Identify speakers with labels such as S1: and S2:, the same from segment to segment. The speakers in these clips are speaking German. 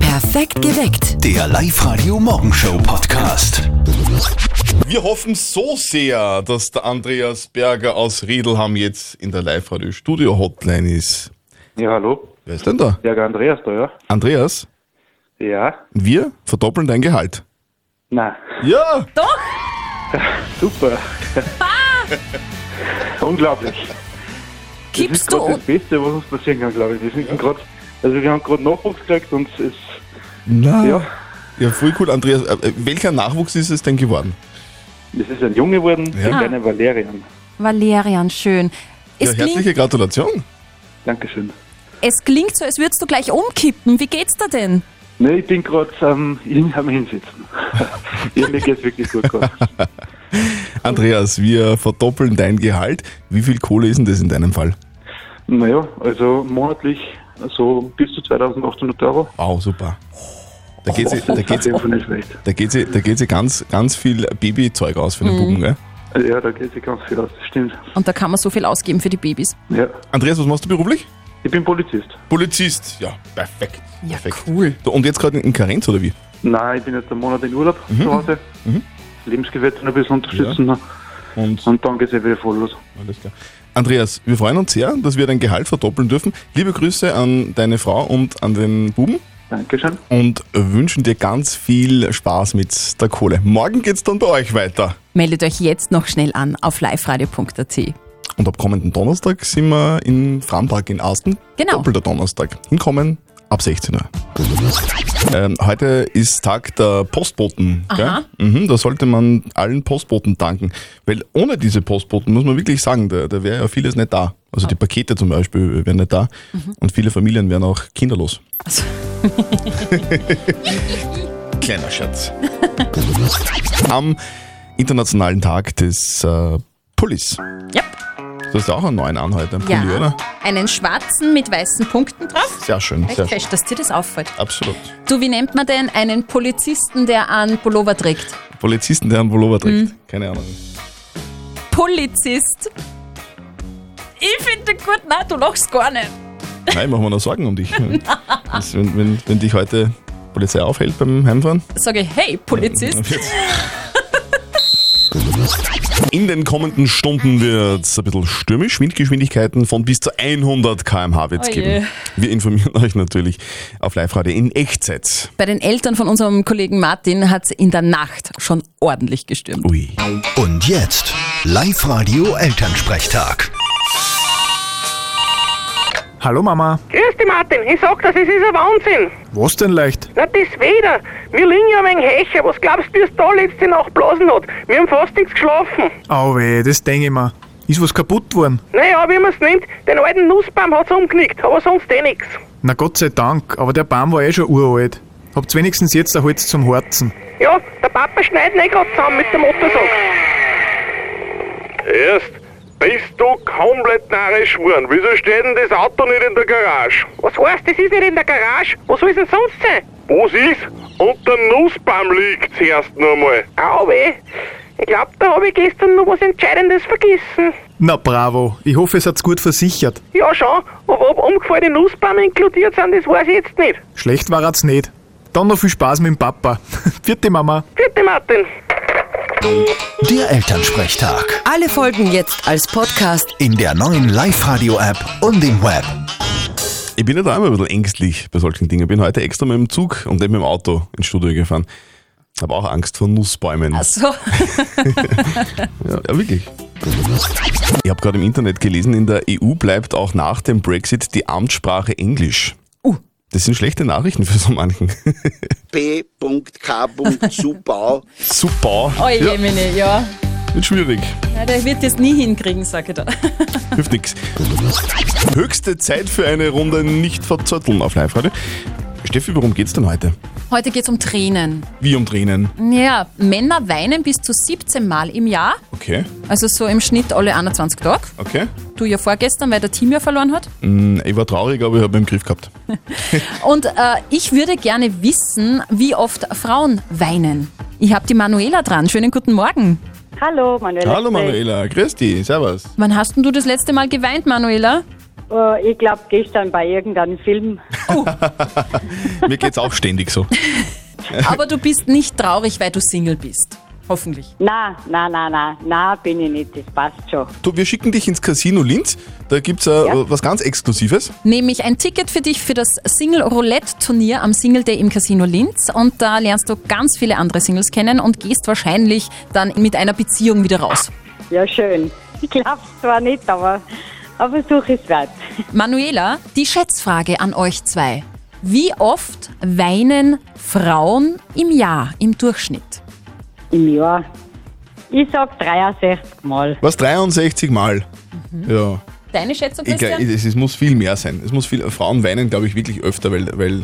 S1: Perfekt geweckt.
S2: Der Live-Radio Morgenshow Podcast.
S3: Wir hoffen so sehr, dass der Andreas Berger aus Riedelham jetzt in der Live-Radio-Studio-Hotline ist.
S4: Ja, hallo.
S3: Wer ist denn da?
S4: Berger Andreas da, ja?
S3: Andreas,
S4: Ja.
S3: wir verdoppeln dein Gehalt.
S4: Na,
S3: Ja!
S4: super.
S3: Ah!
S4: Unglaublich. Das ist
S1: Kippst du
S4: gerade
S1: um?
S4: das Beste, was uns passieren kann, glaube ich. Wir sind gerade, also wir haben gerade Nachwuchs gekriegt und es,
S3: Na.
S4: ja,
S3: Ja. ja, voll cool, Andreas. Äh, Welcher Nachwuchs ist es denn geworden?
S4: es ist ein Junge geworden, der
S3: Ja.
S4: kleine Valerian.
S1: Valerian, schön.
S3: Ja,
S1: Es, klingt,
S3: herzliche Gratulation.
S4: Dankeschön.
S1: es klingt so, als würdest du gleich umkippen. Wie geht's dir denn?
S4: Ne, ich bin gerade ähm, in- am Hinsitzen. ja, mir geht's wirklich gut gerade.
S3: Andreas, wir verdoppeln dein Gehalt. Wie viel Kohle ist denn das in deinem Fall?
S4: Naja, also monatlich so bis zu 2800 Euro.
S3: Wow, super. Da geht sie, da
S4: Das
S3: geht's,
S4: ist auf jeden Fall nicht schlecht.
S3: da geht's, da geht's ganz, ganz viel Babyzeug aus für den
S1: Mhm.
S3: Buben, gell?
S4: Ja, da geht sich ganz viel aus, das stimmt.
S1: Und da kann man so viel ausgeben für die Babys.
S4: Ja.
S3: Andreas, was machst du beruflich?
S4: Ich bin Polizist.
S3: Polizist, ja, perfekt.
S1: Ja,
S3: perfekt.
S1: cool.
S3: Du, Und jetzt gerade in Karenz, oder wie?
S4: Nein, ich bin jetzt einen Monat in Urlaub zu Hause. Lebensgefährten ein bisschen unterstützen
S3: Und
S4: und dann geht's ja wieder voll los.
S3: alles klar. Andreas, wir freuen uns sehr, dass wir dein Gehalt verdoppeln dürfen. Liebe Grüße an deine Frau und an den Buben
S4: Dankeschön.
S3: und wünschen dir ganz viel Spaß mit der Kohle. Morgen geht's dann bei euch weiter.
S1: Meldet euch jetzt noch schnell an auf liveradio.at.
S3: Und ab kommenden Donnerstag sind wir im Frampark in Asten.
S1: Genau.
S3: Doppelter Donnerstag. Hinkommen ab 16 Uhr. Ähm, heute ist Tag der Postboten. Gell? Mhm, da sollte man allen Postboten danken. Weil ohne diese Postboten, muss man wirklich sagen, da, da wäre ja vieles nicht da. Also die Pakete zum Beispiel wären nicht da.
S1: Mhm.
S3: Und viele Familien wären auch kinderlos.
S1: Also,
S3: Kleiner Scherz. Am Internationalen Tag des äh, Pullis.
S1: ja.
S3: Du hast ja auch einen neuen an heute, einen Pulli, oder?
S1: Einen schwarzen mit weißen Punkten drauf.
S3: Sehr schön,
S1: Echt
S3: sehr schön.
S1: fest, dass dir das auffällt.
S3: Absolut.
S1: Du, wie nennt man denn einen Polizisten, der einen Pullover trägt?
S3: Polizisten, der einen Pullover
S1: Mhm.
S3: trägt. Keine Ahnung.
S1: Polizist. Ich finde gut, nein, du lachst gar nicht.
S3: Nein, machen wir noch Sorgen um dich. Das, wenn, wenn, wenn dich heute Polizei aufhält beim Heimfahren.
S1: Sage ich, hey, Polizist.
S3: In den kommenden Stunden wird es ein bisschen stürmisch. Windgeschwindigkeiten von bis zu 100 km/h wird es
S1: Oh je.
S3: geben. Wir informieren euch natürlich auf Live-Radio in Echtzeit.
S1: Bei den Eltern von unserem Kollegen Martin hat es in der Nacht schon ordentlich gestürmt.
S3: Ui.
S2: Und jetzt Live-Radio Elternsprechtag.
S5: Hallo Mama,
S6: Grüß dich, Martin. Ich sag das, es ist ein Wahnsinn.
S5: was denn leicht?
S6: Na, das Wetter. Wir liegen ja ein wenig hecher. Was glaubst du, wie es da letzte Nacht blasen hat? Wir haben fast nichts geschlafen.
S5: Au weh, das denke ich mir. Ist was kaputt worden?
S6: Naja, wie man es nennt, den alten Nussbaum hat's umknickt, aber sonst eh nix.
S5: Na Gott sei Dank, aber der Baum war eh schon uralt. Habt's wenigstens jetzt ein Holz zum Harzen.
S6: Ja, der Papa schneidet eh grad zusammen mit der Motorsack.
S7: Erst bist du komplett narrisch geworden. Wieso steht denn das Auto nicht in der Garage?
S6: Was heißt, das ist nicht in der Garage? Wo soll es denn sonst sein?
S7: Was ist? Unter dem Nussbaum liegt zuerst nochmal.
S6: Au weh. Ich glaub, da habe ich gestern noch was Entscheidendes vergessen.
S5: Na bravo, ich hoffe, es hat's gut versichert.
S6: Ja, schon, aber ob umgefallene Nussbaum inkludiert sind, das weiß ich jetzt nicht.
S5: Schlecht war hat's nicht. Dann noch viel Spaß mit dem Papa. Vierte Mama.
S6: Vierte Martin.
S2: Der Elternsprechtag.
S8: Alle Folgen jetzt als Podcast.
S2: In der neuen Live-Radio-App und im Web.
S3: Ich bin ja da immer ein bisschen ängstlich bei solchen Dingen. Bin heute extra mit dem Zug und nicht mit dem Auto ins Studio gefahren. Habe auch Angst vor Nussbäumen.
S1: So, oh
S3: Ja, ja wirklich. Ich habe gerade im Internet gelesen, in der EU bleibt auch nach dem Brexit die Amtssprache Englisch.
S1: Uh.
S3: Das sind schlechte Nachrichten für so manchen.
S9: P.K. Zubau.
S3: Super.
S1: oh
S3: ja,
S1: Jemine, ja.
S3: wird schwierig.
S1: ja. Der wird das nie hinkriegen, sag ich da.
S3: Hilft nix. Höchste Zeit für eine Runde nicht verzötteln auf live heute. Steffi, worum geht's denn heute?
S1: Heute geht's um Tränen.
S3: Wie um Tränen.
S1: Ja, Männer weinen bis zu 17 Mal im Jahr,
S3: Okay,
S1: also so im Schnitt alle 21 Tage.
S3: okay.
S1: Du ja vorgestern, weil der Team ja verloren hat.
S3: Hm, Ich war traurig, aber ich habe im Griff gehabt.
S1: Und äh, ich würde gerne wissen, wie oft Frauen weinen. Ich habe die Manuela dran. Schönen guten Morgen.
S10: Hallo Manuela.
S3: Hallo Manuela, grüß dich, servus.
S1: Wann hast denn du das letzte Mal geweint, Manuela?
S10: Äh, ich glaube gestern bei irgendeinem Film.
S3: Mir geht's auch ständig so.
S1: Aber du bist nicht traurig, weil du Single bist. Hoffentlich.
S10: Na, na, na, na, na, bin ich nicht, das passt schon.
S3: Du, wir schicken dich ins Casino Linz. Da gibt's äh, was ganz Exklusives.
S1: Nämlich ein Ticket für dich für das Single Roulette Turnier am Single Day im Casino Linz. Und da lernst du ganz viele andere Singles kennen und gehst wahrscheinlich dann mit einer Beziehung wieder raus.
S10: Ja, schön. Ich glaube zwar nicht, aber ein Versuch ist wert.
S1: Manuela, die Schätzfrage an euch zwei. Wie oft weinen Frauen im Jahr im Durchschnitt?
S10: Im Jahr. Ich sag 63 Mal.
S3: Was 63 Mal. Ja.
S1: Deine Schätzung,
S3: Ich, glaub,
S1: Mhm. Christian?
S3: es, es muss viel mehr sein. Es muss viel. Frauen weinen, glaube ich, wirklich öfter, weil, weil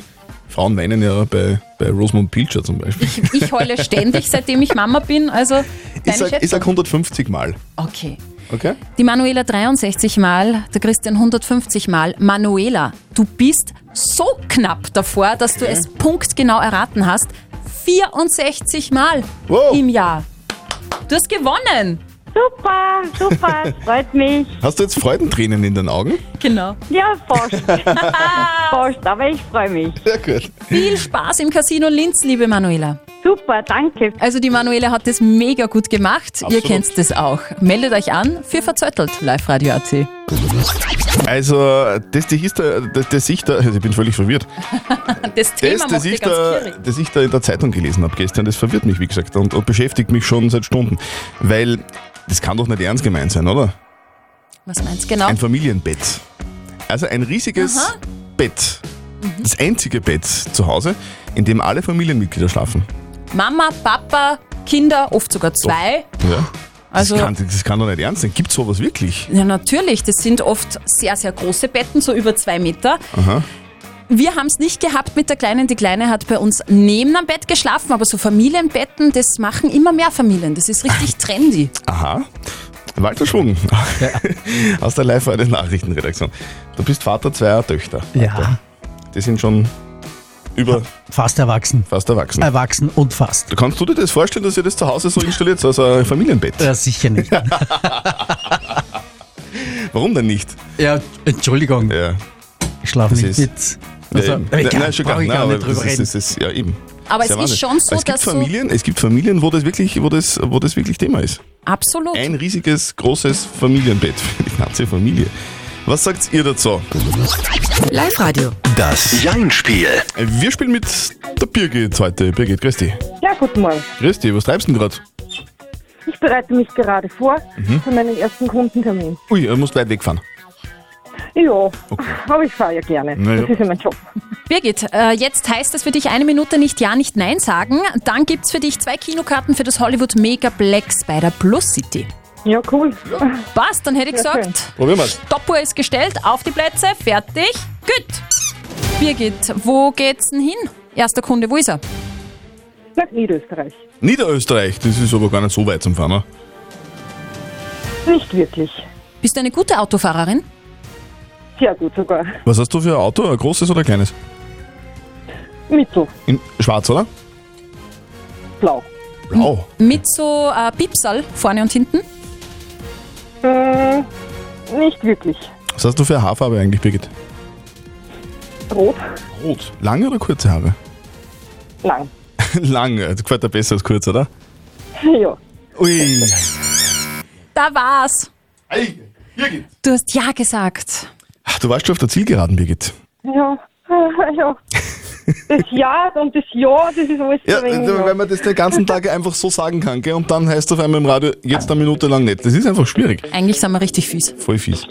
S3: Frauen weinen ja bei, bei Rosamund Pilcher zum Beispiel.
S1: Ich, ich heule ständig, seitdem ich Mama bin. Also,
S3: Ich
S1: deine
S3: sag, ich
S1: Schätzung?
S3: sag 150 Mal.
S1: Okay.
S3: Okay?
S1: Die Manuela 63 Mal, der Christian 150 Mal. Manuela, du bist so knapp davor, dass du es punktgenau erraten hast. 64 Mal
S3: Wow.
S1: im Jahr. Du hast gewonnen.
S10: Super, super, freut mich.
S3: Hast du jetzt Freudentränen in den Augen?
S1: Genau.
S10: Ja, fast. fast, aber ich freue mich.
S3: Ja, gut.
S1: Viel Spaß im Casino Linz, liebe Manuela.
S10: Super, danke.
S1: Also die Manuela hat das mega gut gemacht. Ihr
S3: Absolut.
S1: kennt das auch. Meldet euch an für Verzöttelt, live Radio AT.
S3: Also, das, das, ist da, das, das ich da, also ich bin völlig verwirrt.
S1: Das Thema
S3: Das,
S1: macht
S3: das,
S1: dich
S3: ich
S1: ganz
S3: da,
S1: kirrig.
S3: das ich da in der Zeitung gelesen habe gestern, das verwirrt mich, wie gesagt, und, und beschäftigt mich schon seit Stunden. Weil das kann doch nicht ernst gemeint sein, oder?
S1: Was meinst du genau?
S3: Ein Familienbett. Also ein riesiges
S1: Aha.
S3: Bett. Das einzige Bett zu Hause, in dem alle Familienmitglieder schlafen.
S1: Mama, Papa, Kinder, oft sogar zwei.
S3: Ja.
S1: Also-
S3: das, kann, das kann doch nicht ernst sein. Gibt sowas wirklich?
S1: Ja, natürlich. Das sind oft sehr, sehr große Betten, so über zwei Meter. Wir haben es nicht gehabt mit der Kleinen. Die Kleine hat bei uns neben am Bett geschlafen, aber so Familienbetten, das machen immer mehr Familien. Das ist richtig trendy.
S3: Aha. Walter Schwung aus der live der Nachrichtenredaktion. Du bist Vater zweier Töchter.
S11: Ja,
S3: Die sind schon über
S11: fast erwachsen.
S3: fast erwachsen.
S11: Erwachsen und fast.
S3: Du Kannst du dir das vorstellen, dass ihr das zu Hause so installiert, so als ein Familienbett?
S11: Ja, sicher nicht.
S3: Warum denn nicht?
S11: Ja, Entschuldigung,
S3: Ja.
S11: ich schlafe
S3: das
S11: nicht mit. Also,
S3: ja, eben.
S11: egal,
S3: Nein, nein, schon
S11: brauch
S3: klar.
S11: ich
S3: Nein,
S11: gar
S3: aber
S11: nicht drüber
S3: das ist,
S11: reden.
S3: das ist, ja, eben.
S1: Aber es
S3: Das ja
S1: ist
S3: Wahnsinn.
S1: schon so,
S3: es gibt
S1: dass so-
S3: Familien, Es gibt Familien, wo das wirklich, wo das, wo das wirklich Thema ist.
S1: Absolut.
S3: Ein riesiges, großes Familienbett für die ganze Familie. Was sagt ihr dazu?
S8: Live-Radio.
S2: Das Jein-Spiel.
S3: Wir spielen mit der Birgit heute. Birgit, grüß dich.
S10: Ja, guten Morgen.
S3: Grüß dich, was treibst du denn gerade?
S10: Ich bereite mich gerade vor
S3: Mhm.
S10: für meinen ersten Kundentermin.
S3: Ui, du musst weit wegfahren.
S10: Ja,
S3: Okay.
S10: aber ich fahre ja gerne.
S3: Na ja. Das ist
S10: ja mein Job.
S1: Birgit, äh, jetzt heißt es für dich eine Minute nicht Ja, nicht Nein sagen. Dann gibt's für dich zwei Kinokarten für das Hollywood Megaplex bei der Plus City.
S10: Ja, cool.
S1: Passt, dann hätte ich gesagt,
S3: Probieren wir's.
S1: Stoppuhr ist gestellt, auf die Plätze, fertig, gut. Birgit, wo geht's denn hin? Erster Kunde, wo ist er?
S10: Nach Niederösterreich.
S3: Niederösterreich, das ist aber gar nicht so weit zum Fahren. ne?
S10: Nicht wirklich.
S1: Bist du eine gute Autofahrerin?
S10: Sehr gut sogar.
S3: Was hast du für ein Auto? Ein großes oder ein kleines?
S10: Mittel.
S3: In schwarz, oder?
S10: Blau.
S3: Blau.
S1: Mit so äh, Piepsal vorne und hinten?
S10: Hm, nicht wirklich.
S3: Was hast du für eine Haarfarbe eigentlich, Birgit?
S10: Rot.
S3: Rot. Lange oder kurze Haare?
S10: Lang.
S3: Lange. Das gefällt dir besser als kurz, oder?
S10: Ja.
S3: Ui.
S1: Da war's.
S3: Ei, Birgit.
S1: Du hast Ja gesagt.
S3: Ach, du warst schon auf der Zielgeraden, Birgit.
S10: Ja. ja. Das Ja und das Ja, das ist alles
S3: Ja,
S10: so wenig,
S3: äh, wenn man das den ganzen Tag einfach so sagen kann, gell? Und dann heißt auf einmal im Radio, jetzt eine Minute lang nicht. Das ist einfach schwierig.
S1: Eigentlich sind wir richtig fies.
S3: Voll fies.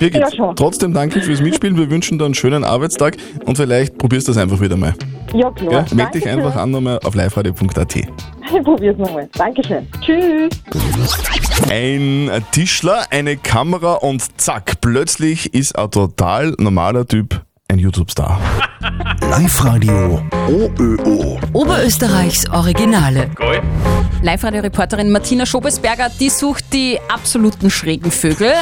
S3: Birgit,
S10: Ja, schon.
S3: trotzdem danke fürs Mitspielen. Wir wünschen dir einen schönen Arbeitstag und vielleicht probierst du das einfach wieder mal.
S10: Ja, klar.
S3: Gell? Meld dich
S10: Dankeschön.
S3: einfach an nochmal auf liveradio.at.
S10: Ich probier's nochmal. Dankeschön. Tschüss.
S3: Ein Tischler, eine Kamera und zack, plötzlich ist ein total normaler Typ ein YouTube-Star.
S2: Live-Radio OÖO.
S8: Oberösterreichs Originale.
S1: Live-Radio-Reporterin Martina Schobesberger, die sucht die absoluten schrägen Vögel.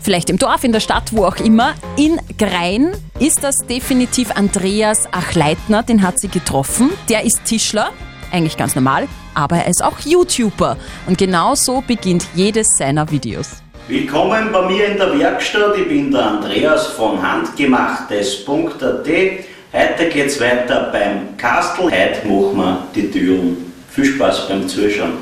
S1: Vielleicht im Dorf, in der Stadt, wo auch immer. In Grein ist das definitiv Andreas Achleitner, den hat sie getroffen. Der ist Tischler, eigentlich ganz normal, aber er ist auch YouTuber. Und genau so beginnt jedes seiner Videos.
S12: Willkommen bei mir in der Werkstatt. Ich bin der Andreas von handgemachtes.at. Heute geht's weiter beim Kastel. Heute machen wir die Türen. Viel Spaß beim Zuschauen.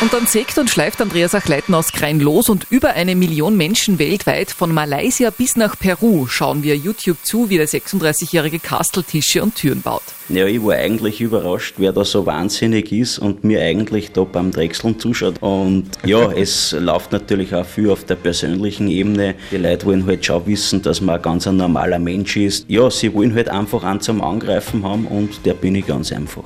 S13: Und dann sägt und schleift Andreas Achleitner aus Krein los und über eine Million Menschen weltweit von Malaysia bis nach Peru schauen wir YouTube zu, wie der 36-jährige Kastel Tische und Türen baut.
S12: Ja, ich war eigentlich überrascht, wer da so wahnsinnig ist und mir eigentlich da beim Drechseln zuschaut. Und ja, es läuft natürlich auch viel auf der persönlichen Ebene. Die Leute wollen halt schon wissen, dass man ein ganz ein normaler Mensch ist. Ja, sie wollen halt einfach einen zum Angreifen haben und der bin ich ganz einfach.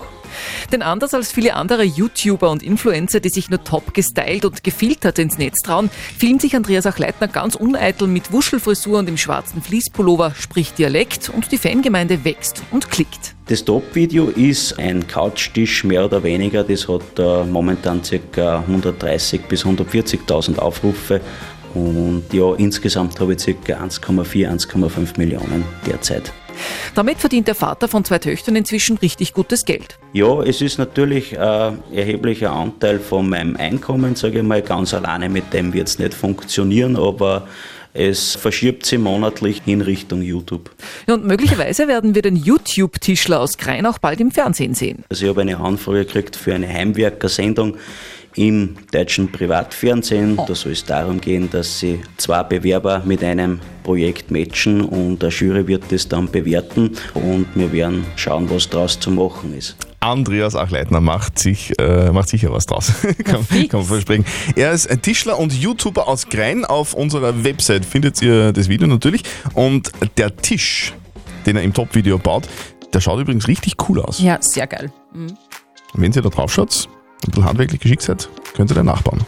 S13: Denn anders als viele andere YouTuber und Influencer, die sich nur top gestylt und gefiltert ins Netz trauen, filmt sich Andreas Achleitner ganz uneitel mit Wuschelfrisur und im schwarzen Fließpullover, spricht Dialekt und die Fangemeinde wächst und klickt.
S12: Das Top-Video ist ein Couchtisch mehr oder weniger. Das hat äh, momentan ca. 130.000 bis 140.000 Aufrufe. Und ja, insgesamt habe ich ca. 1,4, 1,5 Millionen derzeit.
S13: Damit verdient der Vater von zwei Töchtern inzwischen richtig gutes Geld.
S12: Ja, es ist natürlich ein erheblicher Anteil von meinem Einkommen, sage ich mal. Ganz alleine mit dem wird es nicht funktionieren, aber es verschiebt sich monatlich in Richtung YouTube.
S13: Ja, und möglicherweise werden wir den YouTube-Tischler aus Krein auch bald im Fernsehen sehen.
S12: Also ich habe eine Anfrage gekriegt für eine Heimwerker-Sendung im deutschen Privatfernsehen. Da soll es darum gehen, dass sie zwei Bewerber mit einem Projekt matchen und eine Jury wird das dann bewerten und wir werden schauen, was daraus zu machen ist.
S3: Andreas Achleitner macht sich äh, macht sicher was draus. kann, kann man versprechen. Er ist ein Tischler und YouTuber aus Grein. Auf unserer Website findet ihr das Video natürlich. Und der Tisch, den er im Top-Video baut, der schaut übrigens richtig cool aus.
S1: Ja, sehr geil. Mhm.
S3: Und wenn ihr da drauf schaut, ein bisschen handwerklich geschickt seid, könnt ihr den nachbauen.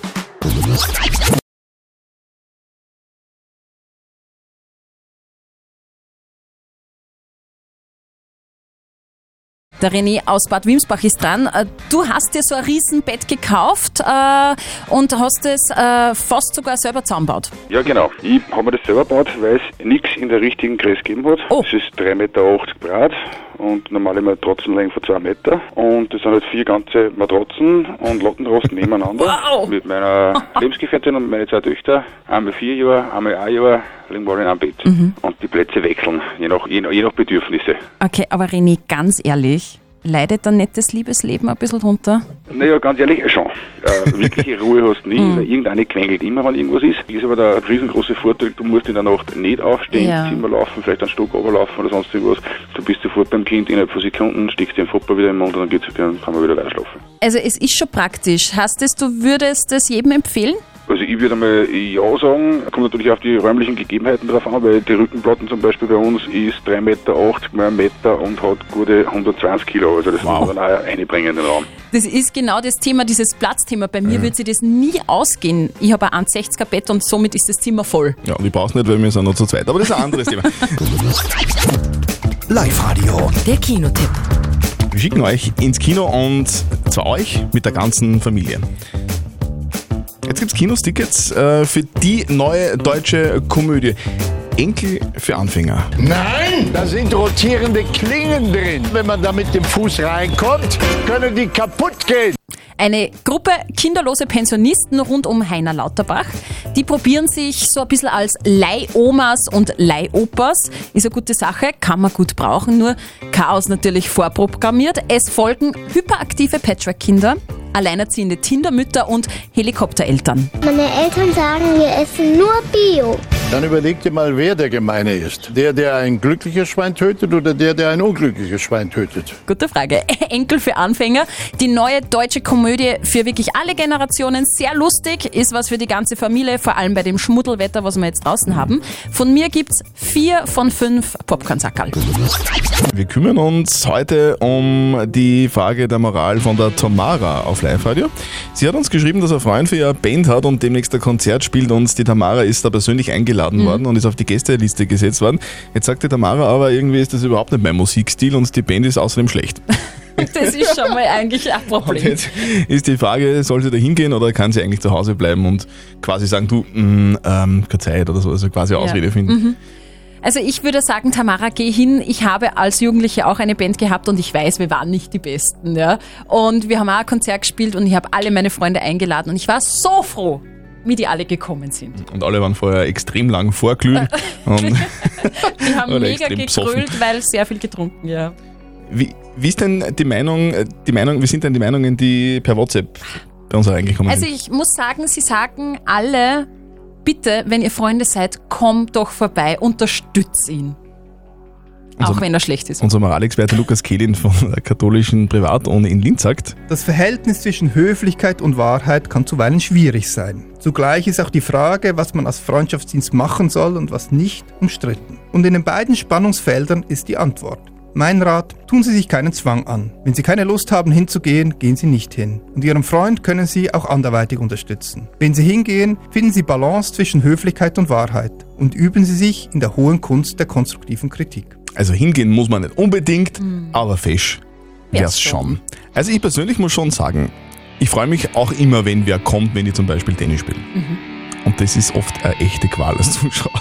S1: Der René aus Bad Wimsbach ist dran. Äh, Du hast dir so ein Riesenbett gekauft äh, und hast es äh, fast sogar selber zusammengebaut.
S14: Ja, genau. Ich habe mir das selber gebaut, weil es nichts in der richtigen Größe gegeben hat. Es ist 3,80 Meter breit und normale Matratzenlänge von 2 Meter. Und das sind halt vier ganze Matratzen und Lattenrost nebeneinander. Mit meiner Lebensgefährtin und meinen zwei Töchter. Einmal vier Jahre, einmal ein Jahr, liegen wir alle in einem Bett.
S1: Mhm.
S14: Und die Plätze wechseln, je nach, je, nach- je nach Bedürfnisse.
S1: Okay, aber René, ganz ehrlich, leidet dein nettes Liebesleben ein bisschen runter?
S14: Naja, ganz ehrlich, schon. Äh, wirkliche Ruhe hast du nie,
S1: Mhm.
S14: weil irgendeine quengelt immer, wenn irgendwas ist. Ist aber der riesengroße Vorteil, du musst in der Nacht nicht aufstehen,
S1: Ja.
S14: ins Zimmer laufen, vielleicht einen Stock runterlaufen oder sonst irgendwas. Du bist sofort beim Kind, innerhalb von Sekunden steckst den Futter wieder im Mund und dann, geht's, dann kann man wieder weiterschlafen.
S1: Also es ist schon praktisch. Hast es, du würdest es jedem empfehlen?
S14: Also ich würde einmal Ja sagen, kommt natürlich auf die räumlichen Gegebenheiten drauf an, weil die Rückenplatten zum Beispiel bei uns ist 3,80 Meter mal 1 Meter und hat gute 120 Kilo, also das muss man dann auch einbringen in den Raum.
S1: Das ist genau das Thema, dieses Platzthema. Bei mir würde sich das nie ausgehen. Ich habe ein 1,60er Bett und somit ist das Zimmer voll.
S3: Ja, und ich brauch's nicht, weil wir sind noch zu zweit. Aber das ist ein anderes Thema. Live-Radio.
S8: Der Kinotipp.
S3: Wir schicken euch ins Kino und zwar euch mit der ganzen Familie. Jetzt gibt's Kinostickets äh, für die neue deutsche Komödie. Enkel für Anfänger.
S15: Nein, da sind rotierende Klingen drin. Wenn man da mit dem Fuß reinkommt, können die kaputt gehen.
S1: Eine Gruppe kinderlose Pensionisten rund um Heiner Lauterbach, die probieren sich so ein bisschen als Leihomas und Leihopas. Ist eine gute Sache, kann man gut brauchen, nur Chaos natürlich vorprogrammiert. Es folgen hyperaktive Patchwork-Kinder, alleinerziehende Tindermütter und Helikoptereltern.
S16: Meine Eltern sagen, wir essen nur Bio.
S15: Dann überleg dir mal, wer der Gemeine ist. Der, der ein glückliches Schwein tötet oder der, der ein unglückliches Schwein tötet.
S1: Gute Frage. Enkel für Anfänger. Die neue deutsche Komödie für wirklich alle Generationen. Sehr lustig, ist was für die ganze Familie, vor allem bei dem Schmuddelwetter, was wir jetzt draußen haben. Von mir gibt's vier von fünf Popcorn-Sackerl.
S3: Wir kümmern uns heute um die Frage der Moral von der Tamara auf Live-Radio. Sie hat uns geschrieben, dass ein Freund für ihr eine Band hat und demnächst ein Konzert spielt und die Tamara ist da persönlich eingeladen
S17: Mhm.
S3: worden und ist auf die Gästeliste gesetzt worden. Jetzt sagt die Tamara aber, irgendwie ist das überhaupt nicht mein Musikstil und die Band ist außerdem schlecht.
S1: Das ist schon mal eigentlich ein
S3: Und
S1: Problem.
S3: jetzt ist die Frage, soll sie da hingehen oder kann sie eigentlich zu Hause bleiben und quasi sagen, du, mh, ähm, keine Zeit oder so, also quasi Ausrede finden.
S1: Mhm. Also ich würde sagen, Tamara, geh hin. Ich habe als Jugendliche auch eine Band gehabt und ich weiß, wir waren nicht die Besten. Ja? Und wir haben auch ein Konzert gespielt und ich habe alle meine Freunde eingeladen und ich war so froh, wie die alle gekommen sind.
S3: Und alle waren vorher extrem lang vorglühen. und
S1: Die haben
S3: Alle
S1: mega
S3: extrem
S1: gegrölt,
S3: besoffen.
S1: weil sehr viel getrunken, ja.
S3: wie, wie ist denn die Meinung, die Meinung, wie sind denn die Meinungen, die per WhatsApp bei uns reingekommen
S1: Also
S3: sind?
S1: ich muss sagen, sie sagen alle, bitte, wenn ihr Freunde seid, kommt doch vorbei, unterstützt ihn. auch wenn er schlecht ist.
S3: Unser Moralexperte Lukas Kehlin von der katholischen Privatuni in Linz sagt,
S6: Das Verhältnis zwischen Höflichkeit und Wahrheit kann zuweilen schwierig sein. Zugleich ist auch die Frage, was man als Freundschaftsdienst machen soll und was nicht, umstritten. Und in den beiden Spannungsfeldern ist die Antwort. Mein Rat, tun Sie sich keinen Zwang an. Wenn Sie keine Lust haben hinzugehen, gehen Sie nicht hin. Und Ihrem Freund können Sie auch anderweitig unterstützen. Wenn Sie hingehen, finden Sie Balance zwischen Höflichkeit und Wahrheit und üben Sie sich in der hohen Kunst der konstruktiven Kritik.
S3: also hingehen muss man nicht unbedingt, aber fesch wär's schon. Also ich persönlich muss schon sagen, ich freue mich auch immer, wenn wer kommt, wenn die zum Beispiel Tennis spielen. Und das ist oft eine echte Qual als Zuschauer.